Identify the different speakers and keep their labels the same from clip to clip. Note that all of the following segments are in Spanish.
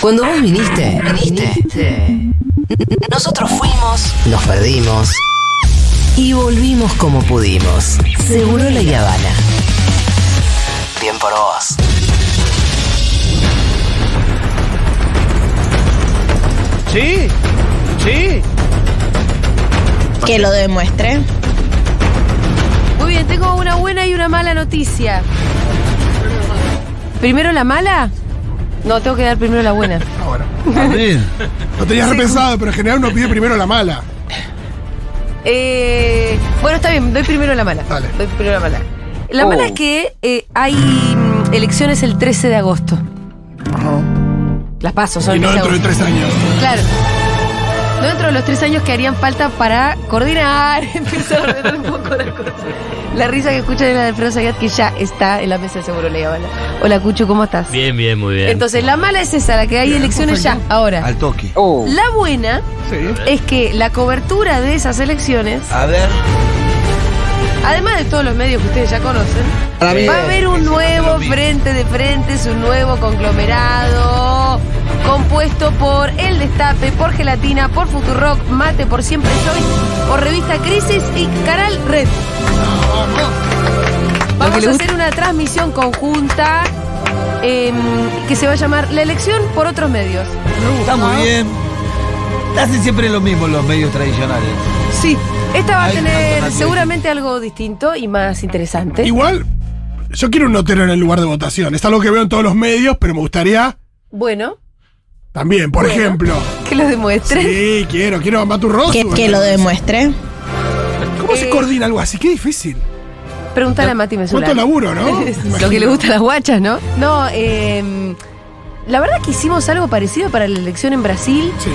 Speaker 1: Cuando vos viniste, viniste. Nosotros fuimos, nos perdimos y volvimos como pudimos. Seguro la Yavana. Bien por vos.
Speaker 2: Sí, sí.
Speaker 3: Que lo demuestre.
Speaker 4: Muy bien, tengo una buena y una mala noticia. ¿Primero la mala? No, tengo que dar primero la buena.
Speaker 5: Ahora. Lo tenías repensado, pero en general uno pide primero la mala.
Speaker 4: Eh, bueno, está bien, doy primero la mala.
Speaker 5: Dale.
Speaker 4: Doy primero la mala. La
Speaker 2: Oh.
Speaker 4: mala es que eh, hay mm, elecciones el 13 de agosto. Las paso, son
Speaker 5: Y
Speaker 4: el
Speaker 5: no
Speaker 4: 13 de
Speaker 5: dentro de
Speaker 4: agosto.
Speaker 5: tres años.
Speaker 4: Claro. No dentro de los tres años que harían falta para coordinar, empezar a ordenar un poco la cosa. La risa que escuchan es la de Alfredo Zayat, que ya está en la mesa de seguro le llaman. Hola, Cucho, ¿cómo estás?
Speaker 6: Bien, bien, muy bien.
Speaker 4: Entonces, la mala es esa, la que hay elecciones ya, ahora.
Speaker 7: Al toque.
Speaker 2: Oh.
Speaker 4: La buena
Speaker 5: Sí.
Speaker 4: es que la cobertura de esas elecciones,
Speaker 7: A ver.
Speaker 4: además de todos los medios que ustedes ya conocen,
Speaker 7: Para mí
Speaker 4: va a
Speaker 7: es-
Speaker 4: haber un nuevo frente de frentes, un nuevo conglomerado compuesto por El Destape, por Gelatina, por Futurock, Mate, por Siempre Soy, por Revista Crisis y Canal Red. Vamos a hacer una transmisión conjunta em, que se va a llamar La elección por otros medios.
Speaker 7: Está muy bien. Hacen siempre lo mismo los medios tradicionales. Ah,
Speaker 4: Sí. Esta va a
Speaker 7: Hay una
Speaker 4: tener
Speaker 7: alternativa.
Speaker 4: seguramente algo distinto y más interesante.
Speaker 5: Igual, yo quiero un notero en el lugar de votación. Es algo que veo en todos los medios, pero me gustaría
Speaker 4: Bueno,
Speaker 5: también, por ejemplo.
Speaker 4: que lo demuestren.
Speaker 5: Sí, quiero, quiero a Matu Rosu.
Speaker 3: Que, que lo demuestre.
Speaker 5: ¿Cómo se
Speaker 4: Eh,
Speaker 5: coordina algo así? Qué difícil.
Speaker 4: Preguntale a Mati Mesulán.
Speaker 5: ¿Cuánto laburo, no?
Speaker 4: Lo que
Speaker 5: Imagino.
Speaker 4: le gustan las guachas, ¿no? No, eh, la verdad que hicimos algo parecido para la elección en Brasil.
Speaker 5: Sí,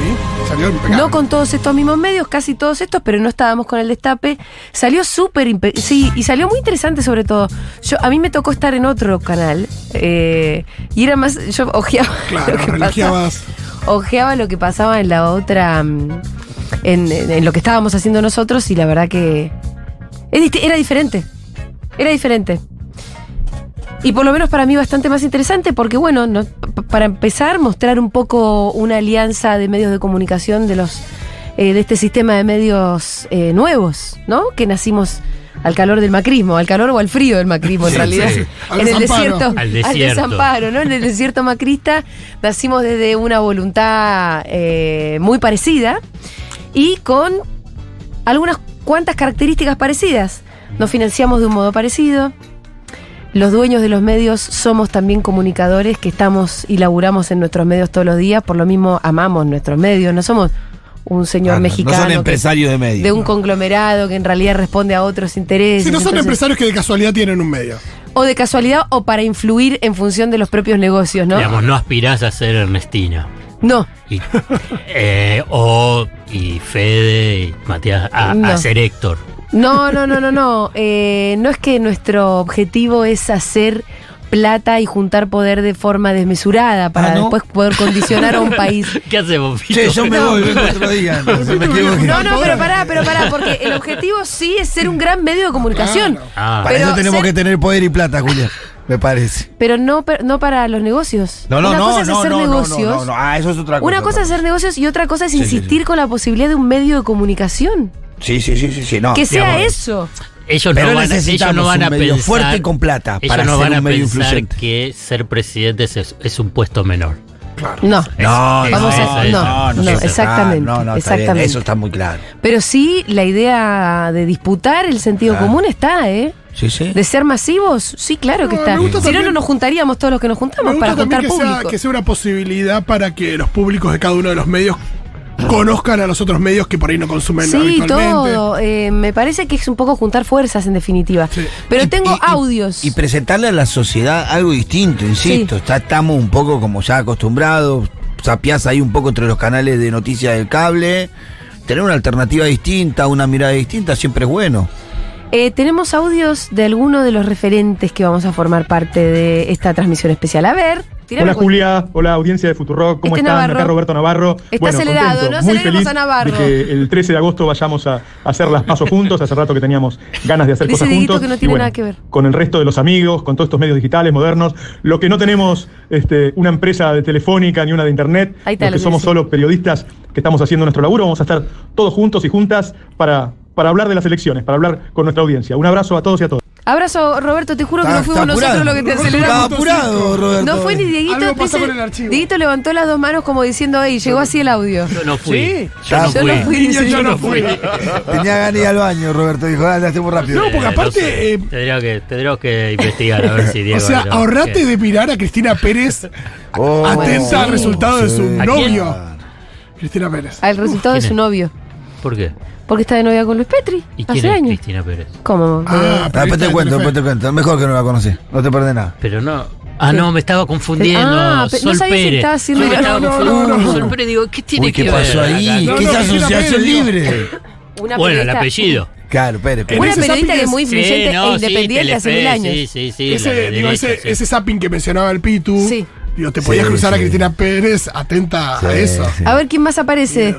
Speaker 5: salió impecable.
Speaker 4: No con todos estos mismos medios, casi todos estos, pero no estábamos con el destape. Salió súper, impe- sí, y salió muy interesante sobre todo. Yo, a mí me tocó estar en otro canal eh, y era más, yo ojeaba lo
Speaker 5: Claro,
Speaker 4: que pasaba,
Speaker 5: relojeabas.
Speaker 4: ojeaba lo que pasaba en la otra, mm, en, en- en lo que estábamos haciendo nosotros y la verdad que es disti- era diferente, era diferente. Y por lo menos para mí bastante más interesante porque, bueno, no- p- para empezar, mostrar un poco una alianza de medios de comunicación de los eh, de este sistema de medios eh, nuevos, ¿no? Que nacimos al calor del macrismo, al calor o al frío del macrismo, en
Speaker 6: Sí,
Speaker 4: realidad.
Speaker 6: sí.
Speaker 5: Al
Speaker 4: En el
Speaker 5: desamparo.
Speaker 4: desierto.
Speaker 6: Al desierto.
Speaker 4: desamparo, ¿no? En el desierto macrista nacimos desde una voluntad eh, muy parecida y con algunas cuantas características parecidas. Nos financiamos de un modo parecido. Los dueños de los medios somos también comunicadores que estamos y laburamos en nuestros medios todos los días, por lo mismo amamos nuestros medios, no somos un señor
Speaker 7: Ah, no,
Speaker 4: mexicano
Speaker 7: No son
Speaker 4: que-
Speaker 7: empresarios de medios.
Speaker 4: de un conglomerado que en realidad responde a otros intereses.
Speaker 5: Si no son
Speaker 4: entonces-
Speaker 5: empresarios que de casualidad tienen un medio.
Speaker 4: o de casualidad o para influir en función de los propios negocios, ¿no?
Speaker 6: Digamos, no aspirás a ser Ernestina.
Speaker 4: No,
Speaker 6: Y, eh, o y Fede y Matías a,
Speaker 4: No.
Speaker 6: a ser Héctor.
Speaker 4: no, no, no, no, no. Eh, no es que nuestro objetivo es hacer plata y juntar poder de forma desmesurada para
Speaker 7: Ah, ¿no?
Speaker 4: después poder condicionar a un país.
Speaker 6: ¿Qué hacemos, Fito?
Speaker 7: Che, yo me
Speaker 4: No.
Speaker 7: voy, vengo otro día. entonces me equivoqué.
Speaker 4: No, no, pero pará, pero pará, porque el objetivo sí es ser un gran medio de comunicación.
Speaker 5: Claro.
Speaker 6: Ah,
Speaker 7: Para
Speaker 4: pero
Speaker 7: eso tenemos
Speaker 4: ser-
Speaker 7: que tener poder y plata, Julia. Me parece.
Speaker 4: Pero no, per- no para los negocios.
Speaker 7: No, no,
Speaker 4: Una
Speaker 7: no,
Speaker 4: cosa es
Speaker 7: no,
Speaker 4: hacer
Speaker 7: no, no,
Speaker 4: negocios.
Speaker 7: no, no, no. Ah, eso es otra cosa.
Speaker 4: Una cosa es
Speaker 7: no.
Speaker 4: hacer negocios y otra cosa es
Speaker 7: Sí, sí,
Speaker 4: insistir
Speaker 7: sí.
Speaker 4: con la posibilidad de un medio de comunicación.
Speaker 7: Sí, sí, sí, sí, sí, no.
Speaker 4: que sea
Speaker 6: digamos,
Speaker 4: eso.
Speaker 6: ellos,
Speaker 7: Pero
Speaker 6: no van, a- ellos
Speaker 7: necesitamos
Speaker 6: no van
Speaker 7: un
Speaker 6: a
Speaker 7: medio
Speaker 6: pensar.
Speaker 7: fuerte y con plata
Speaker 6: ellos
Speaker 7: para
Speaker 6: no
Speaker 7: ser
Speaker 6: van a
Speaker 7: un medio
Speaker 6: pensar
Speaker 7: influyente.
Speaker 6: que ser presidente es, es un puesto menor.
Speaker 4: No.
Speaker 7: No,
Speaker 6: Eso,
Speaker 4: Vamos
Speaker 6: eso,
Speaker 4: a-
Speaker 6: eso.
Speaker 4: no, no,
Speaker 7: se trata,
Speaker 4: exactamente,
Speaker 7: Ah, No, no, está bien,
Speaker 4: exactamente.
Speaker 7: Eso está muy claro.
Speaker 4: Pero sí, la idea de disputar el sentido
Speaker 7: Claro.
Speaker 4: común está, ¿eh?
Speaker 7: Sí, sí.
Speaker 4: De ser masivos, sí, claro que
Speaker 5: No,
Speaker 4: está.
Speaker 5: me gusta
Speaker 4: Si no,
Speaker 5: también-
Speaker 4: no nos juntaríamos todos los que nos juntamos
Speaker 5: Me
Speaker 4: para
Speaker 5: gusta también
Speaker 4: juntar
Speaker 5: que sea,
Speaker 4: público.
Speaker 5: que sea una posibilidad para que los públicos de cada uno de los medios conozcan a los otros medios que por ahí no consumen
Speaker 4: Sí,
Speaker 5: habitualmente.
Speaker 4: todo. Eh, me parece que es un poco juntar fuerzas en definitiva.
Speaker 5: Sí.
Speaker 4: Pero
Speaker 7: Y-
Speaker 4: tengo
Speaker 7: y- y-
Speaker 4: audios.
Speaker 7: Y presentarle a la sociedad algo distinto, insisto.
Speaker 4: Sí.
Speaker 7: Está, estamos un poco como ya acostumbrados, sapiás ahí un poco entre los canales de noticias del cable. Tener una alternativa distinta, una mirada distinta, siempre es bueno.
Speaker 4: Eh, tenemos audios de alguno de los referentes que vamos a formar parte de esta transmisión especial. A ver, Tirá
Speaker 8: hola
Speaker 4: la cuestión.
Speaker 8: Julia, hola audiencia de Futurock, ¿cómo
Speaker 4: Este
Speaker 8: están?
Speaker 4: Navarro.
Speaker 8: Acá Roberto Navarro.
Speaker 4: Está acelerado, no
Speaker 8: muy
Speaker 4: aceleremos
Speaker 8: feliz
Speaker 4: a Navarro.
Speaker 8: De que el 13 de agosto vayamos a hacer las pasos juntos, hace rato que teníamos ganas de hacer
Speaker 4: Dice
Speaker 8: cosas
Speaker 4: Dieguito
Speaker 8: juntos.
Speaker 4: que no
Speaker 8: Y
Speaker 4: tiene nada que ver.
Speaker 8: Con el resto de los amigos, con todos estos medios digitales modernos, lo que no tenemos este, una empresa de telefónica ni una de internet,
Speaker 4: Ahí está,
Speaker 8: los
Speaker 4: lo
Speaker 8: que
Speaker 4: que
Speaker 8: somos
Speaker 4: decía.
Speaker 8: solo periodistas que estamos haciendo nuestro laburo, vamos a estar todos juntos y juntas para, para hablar de las elecciones, para hablar con nuestra audiencia. Un abrazo a todos y a todas.
Speaker 4: Abrazo, Roberto, te juro que
Speaker 7: Está-
Speaker 4: no fuimos
Speaker 7: está
Speaker 4: nosotros
Speaker 7: apurado.
Speaker 4: lo que te
Speaker 7: Roberto
Speaker 4: aceleramos.
Speaker 7: está apurado, Roberto.
Speaker 4: No fue ni Dieguito.
Speaker 5: Algo pasó
Speaker 4: dice-
Speaker 5: con el archivo.
Speaker 4: Dieguito levantó las dos manos como diciendo, ahí, llegó así el audio.
Speaker 6: Yo no fui.
Speaker 5: Sí.
Speaker 6: Yo no
Speaker 7: Yo
Speaker 6: fui.
Speaker 4: no fui,
Speaker 5: Niño,
Speaker 4: dice.
Speaker 5: yo no fui.
Speaker 7: Tenía ganas de ir al baño, Roberto. Dijo, "Ah, dale, hacemos rápido.
Speaker 5: No, porque
Speaker 6: Eh,
Speaker 5: aparte,
Speaker 6: sé.
Speaker 5: eh,
Speaker 6: tendríamos, que, tendríamos que investigar a ver si
Speaker 5: O
Speaker 6: Diego.
Speaker 5: sea,
Speaker 6: era-
Speaker 5: ahorrate
Speaker 6: ¿Qué?
Speaker 5: de mirar a Cristina Pérez
Speaker 7: Oh, Ah,
Speaker 5: atenta al resultado de su
Speaker 6: ¿A quién?
Speaker 5: novio. Cristina Pérez.
Speaker 4: Al resultado de
Speaker 6: ¿quién
Speaker 4: su
Speaker 6: es?
Speaker 4: novio.
Speaker 6: ¿Por qué?
Speaker 4: Porque está de novia con Luis Petri.
Speaker 6: ¿Y quién
Speaker 4: hace
Speaker 6: es
Speaker 4: años.
Speaker 6: Cristina Pérez?
Speaker 4: ¿Cómo?
Speaker 5: Ah,
Speaker 7: Ah, después
Speaker 5: periodista
Speaker 7: te
Speaker 5: de
Speaker 7: cuento,
Speaker 5: Telefe.
Speaker 7: después te cuento. Mejor que no la conocí. No te perdés nada.
Speaker 6: Pero no. Ah, no, me estaba confundiendo.
Speaker 4: Ah, pe- no
Speaker 6: Sol
Speaker 4: sabía si
Speaker 6: Pérez.
Speaker 4: estaba haciendo-
Speaker 6: Yo me
Speaker 5: No,
Speaker 6: estaba
Speaker 5: no,
Speaker 6: confundiendo
Speaker 5: no,
Speaker 6: con
Speaker 5: no.
Speaker 6: Sol Pérez. Digo, ¿qué tiene
Speaker 7: Uy, ¿qué
Speaker 6: que
Speaker 7: pasó
Speaker 6: ver?
Speaker 7: ahí?
Speaker 5: No,
Speaker 7: ¿Qué
Speaker 5: no,
Speaker 7: es
Speaker 5: Cristina
Speaker 7: asociación
Speaker 5: Pérez, digo.
Speaker 7: libre?
Speaker 4: Una
Speaker 6: Bueno, el
Speaker 4: periodista-
Speaker 6: apellido.
Speaker 7: Claro, Pérez. Pérez.
Speaker 5: En
Speaker 4: Una
Speaker 5: ese
Speaker 4: periodista
Speaker 5: zapping
Speaker 4: que es muy
Speaker 5: es-
Speaker 4: influyente
Speaker 6: Sí, no,
Speaker 4: e
Speaker 6: sí,
Speaker 4: independiente hace
Speaker 6: Telefe,
Speaker 4: mil años.
Speaker 6: Sí, sí, sí. la
Speaker 5: Ese,
Speaker 6: de
Speaker 5: digo,
Speaker 6: derecha,
Speaker 5: ese,
Speaker 6: sí.
Speaker 5: ese zapping que mencionaba el Pitu.
Speaker 4: Sí.
Speaker 5: Digo, te
Speaker 7: Sí,
Speaker 5: podías cruzar a
Speaker 7: sí.
Speaker 5: Cristina Pérez atenta a
Speaker 7: Sí,
Speaker 5: eso.
Speaker 7: sí.
Speaker 4: A ver quién más aparece.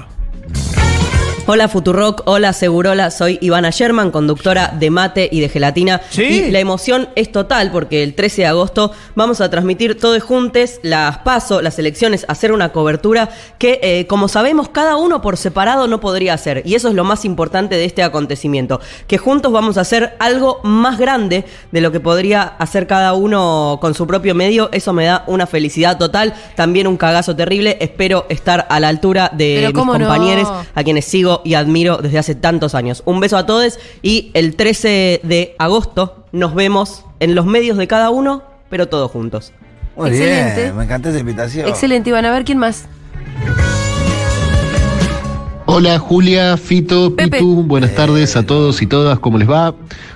Speaker 9: Hola Futurock, hola Segurola, soy Ivana Sherman, conductora de Mate y de Gelatina.
Speaker 2: Sí.
Speaker 9: Y la emoción es total porque el 13 de agosto vamos a transmitir todos juntos las PASO, las elecciones, hacer una cobertura que, eh, como sabemos, cada uno por separado no podría hacer. Y eso es lo más importante de este acontecimiento, que juntos vamos a hacer algo más grande de lo que podría hacer cada uno con su propio medio. Eso me da una felicidad total, también un cagazo terrible. Espero estar a la altura de
Speaker 4: Pero
Speaker 9: mis
Speaker 4: cómo no.
Speaker 9: compañeros a quienes sigo y admiro desde hace tantos años. Un beso a todos y el 13 de agosto nos vemos en los medios de cada uno, pero todos juntos.
Speaker 7: Muy
Speaker 4: Excelente.
Speaker 7: bien, me encantó esa invitación.
Speaker 4: Excelente, Iván. A ver quién más.
Speaker 10: Hola Julia, Fito,
Speaker 4: Pepe.
Speaker 10: Pitu, buenas tardes a todos y todas, ¿cómo les va?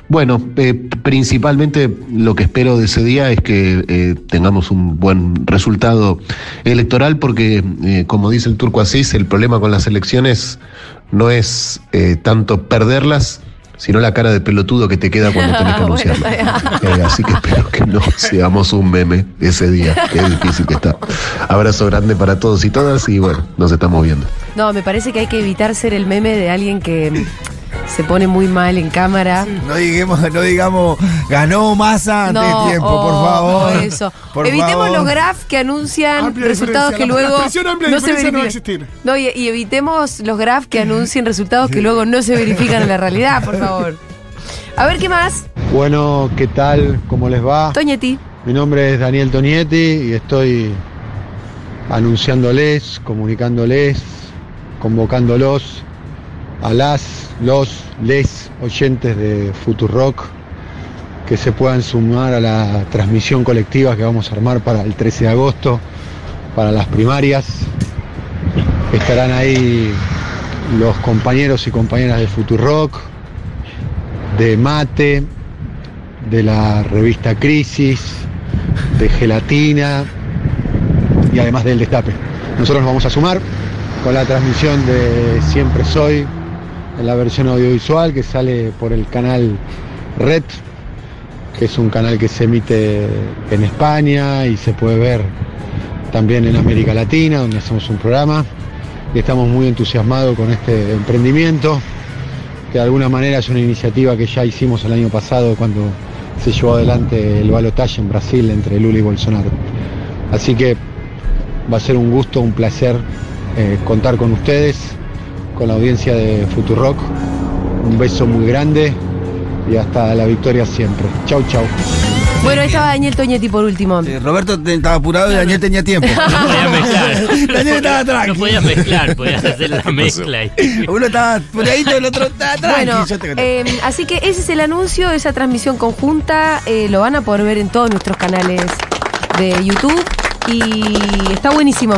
Speaker 10: Bueno, eh, principalmente lo que espero de ese día es que eh, tengamos un buen resultado electoral porque, eh, como dice el turco Asís, el problema con las elecciones no es eh, tanto perderlas, sino la cara de pelotudo que te queda cuando tenés que
Speaker 4: Bueno,
Speaker 10: anunciarla. Eh, así que espero que no seamos un meme ese día, qué difícil que está. Abrazo grande para todos y todas y bueno, nos estamos viendo.
Speaker 4: No, me parece que hay que evitar ser el meme de alguien que mm, se pone muy mal en cámara.
Speaker 7: No digamos, no digamos, ganó masa antes
Speaker 4: No,
Speaker 7: de tiempo,
Speaker 4: oh,
Speaker 7: por favor.
Speaker 4: no, eso.
Speaker 7: Por
Speaker 4: evitemos
Speaker 7: favor.
Speaker 4: los graphs que anuncian
Speaker 5: Amplia
Speaker 4: resultados que
Speaker 5: diferencia. La- la
Speaker 4: luego
Speaker 5: expresión amplia
Speaker 4: no se
Speaker 5: diferencia
Speaker 4: verifican.
Speaker 5: no va a existir.
Speaker 4: No, y, y evitemos los graphs que anuncien resultados que luego no se verifican en la realidad, por favor. A ver qué más.
Speaker 11: Bueno, ¿qué tal? ¿Cómo les va?
Speaker 4: Toñeti.
Speaker 11: Mi nombre es Daniel Tonietti y estoy anunciándoles, comunicándoles, convocándolos a las, los, les oyentes de Futurock que se puedan sumar a la transmisión colectiva que vamos a armar para el 13 de agosto, para las primarias. Estarán ahí los compañeros y compañeras de Futurock, de Mate, de la revista Crisis, de Gelatina y además del Destape. Nosotros nos vamos a sumar con la transmisión de Siempre Soy en la versión audiovisual que sale por el canal Red, que es un canal que se emite en España y se puede ver también en América Latina, donde hacemos un programa. Y estamos muy entusiasmados con este emprendimiento que de alguna manera es una iniciativa que ya hicimos el año pasado cuando se llevó adelante el balotaje en Brasil entre Lula y Bolsonaro. Así que va a ser un gusto, un placer eh, contar con ustedes, con la audiencia de Futurock. Un beso muy grande y hasta la victoria siempre. Chau, chau.
Speaker 4: Bueno, ahí estaba Daniel Toñeti por último.
Speaker 7: Eh, Roberto te- estaba apurado y Daniel tenía tiempo.
Speaker 6: No podía mezclar.
Speaker 7: Daniel estaba
Speaker 6: No
Speaker 7: tranqui.
Speaker 6: podías mezclar, podías hacer la mezcla. ahí.
Speaker 7: Uno estaba apuradito, el otro estaba tranqui.
Speaker 4: Bueno,
Speaker 7: Yo te-
Speaker 4: eh, así que ese es el anuncio, esa transmisión conjunta, eh, lo van a poder ver en todos nuestros canales de YouTube y está buenísimo.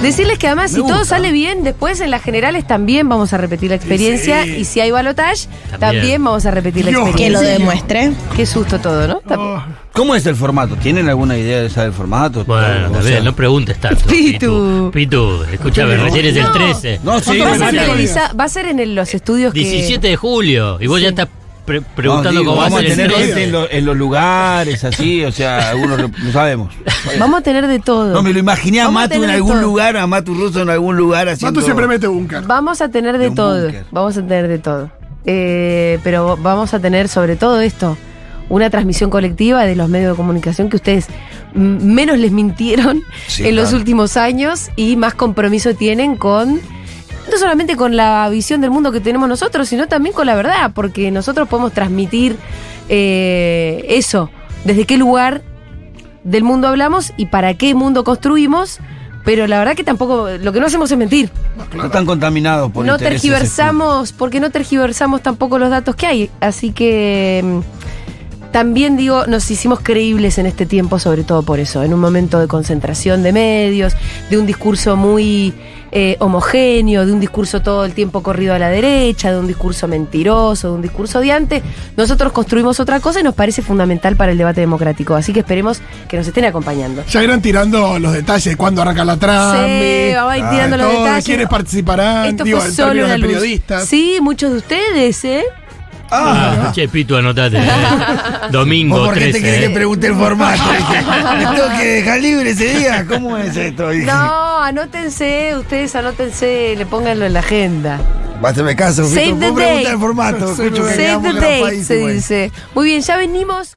Speaker 4: Decirles que además,
Speaker 7: Me
Speaker 4: si todo
Speaker 7: gusta.
Speaker 4: sale bien, después en las generales también vamos a repetir la experiencia
Speaker 5: sí.
Speaker 4: y si hay balotage, también.
Speaker 6: También.
Speaker 4: vamos a repetir la
Speaker 5: Dios.
Speaker 3: Que lo
Speaker 4: experiencia.
Speaker 3: demuestre.
Speaker 4: Qué susto todo, ¿no? También.
Speaker 5: Oh,
Speaker 7: ¿Cómo es el formato? ¿Tienen alguna idea de esa del formato?
Speaker 6: Bueno,
Speaker 7: O
Speaker 6: también,
Speaker 7: sea,
Speaker 6: no preguntes tanto.
Speaker 4: Pitu.
Speaker 6: Pitu, Pitu, escúchame, recién es el 13.
Speaker 7: No, sí,
Speaker 4: va, a
Speaker 7: me
Speaker 4: ser
Speaker 7: parece-
Speaker 5: María.
Speaker 4: televisado- va a ser en el- los estudios que-
Speaker 6: 17 de julio. Y vos ya estás pre- preguntando cómo va a
Speaker 7: vamos a
Speaker 6: ser el
Speaker 7: tener
Speaker 6: tren.
Speaker 7: gente en, lo- en los lugares, así, o sea, algunos lo- no sabemos.
Speaker 4: Vamos a tener de todo.
Speaker 7: No, me lo imaginé a
Speaker 4: Vamos a
Speaker 7: Matu en
Speaker 4: tener
Speaker 7: algún
Speaker 4: todo.
Speaker 7: lugar, a Matu Russo en algún lugar haciendo...
Speaker 5: Matu siempre mete búnker.
Speaker 4: Vamos a tener de
Speaker 7: un
Speaker 4: todo.
Speaker 7: búnker.
Speaker 4: Vamos a tener de todo. Eh, pero vamos a tener sobre todo esto, una transmisión colectiva de los medios de comunicación que ustedes mm, menos les mintieron
Speaker 12: Sí,
Speaker 4: en los
Speaker 12: claro.
Speaker 4: últimos años y más compromiso tienen con, no solamente con la visión del mundo que tenemos nosotros, sino también con la verdad, porque nosotros podemos transmitir eh, eso, desde qué lugar del mundo hablamos y para qué mundo construimos, pero la verdad que tampoco, lo que no hacemos es mentir.
Speaker 7: No están contaminados por
Speaker 4: No
Speaker 7: intereses
Speaker 4: tergiversamos, porque no tergiversamos tampoco los datos que hay. Así que mm, también digo, nos hicimos creíbles en este tiempo, sobre todo por eso, en un momento de concentración de medios, de un discurso muy eh, homogéneo, de un discurso todo el tiempo corrido a la derecha, de un discurso mentiroso, de un discurso odiante. Nosotros construimos otra cosa y nos parece fundamental para el debate democrático. Así que esperemos que nos estén acompañando.
Speaker 5: Ya irán tirando los detalles de cuándo arranca la trama.
Speaker 4: Sí, vamos a ir tirando los detalles.
Speaker 5: ¿Quiénes participarán?
Speaker 4: Esto
Speaker 5: Ah, digo,
Speaker 4: fue
Speaker 5: en
Speaker 4: solo
Speaker 5: términos
Speaker 4: una
Speaker 5: de
Speaker 4: luz.
Speaker 5: periodistas.
Speaker 4: Sí, muchos de ustedes, ¿eh?
Speaker 6: Ah, che, Pitu, anotate. eh. Domingo
Speaker 7: ¿Vos por qué te
Speaker 6: 13,
Speaker 7: querés
Speaker 6: eh.
Speaker 7: que pregunte el formato? Dije, ¿Me tengo que dejar libre ese día? ¿Cómo es esto? Dije,
Speaker 4: No, anótense, ustedes anótense, le pónganlo en la agenda.
Speaker 7: Hazme caso,
Speaker 4: Save
Speaker 7: Fito,
Speaker 4: the
Speaker 7: vos preguntá
Speaker 4: date.
Speaker 7: el formato. escucho que
Speaker 4: Save
Speaker 7: quedamos
Speaker 4: the
Speaker 7: que era
Speaker 4: date,
Speaker 7: un país
Speaker 4: se
Speaker 7: igual.
Speaker 4: dice. Muy bien, ya venimos.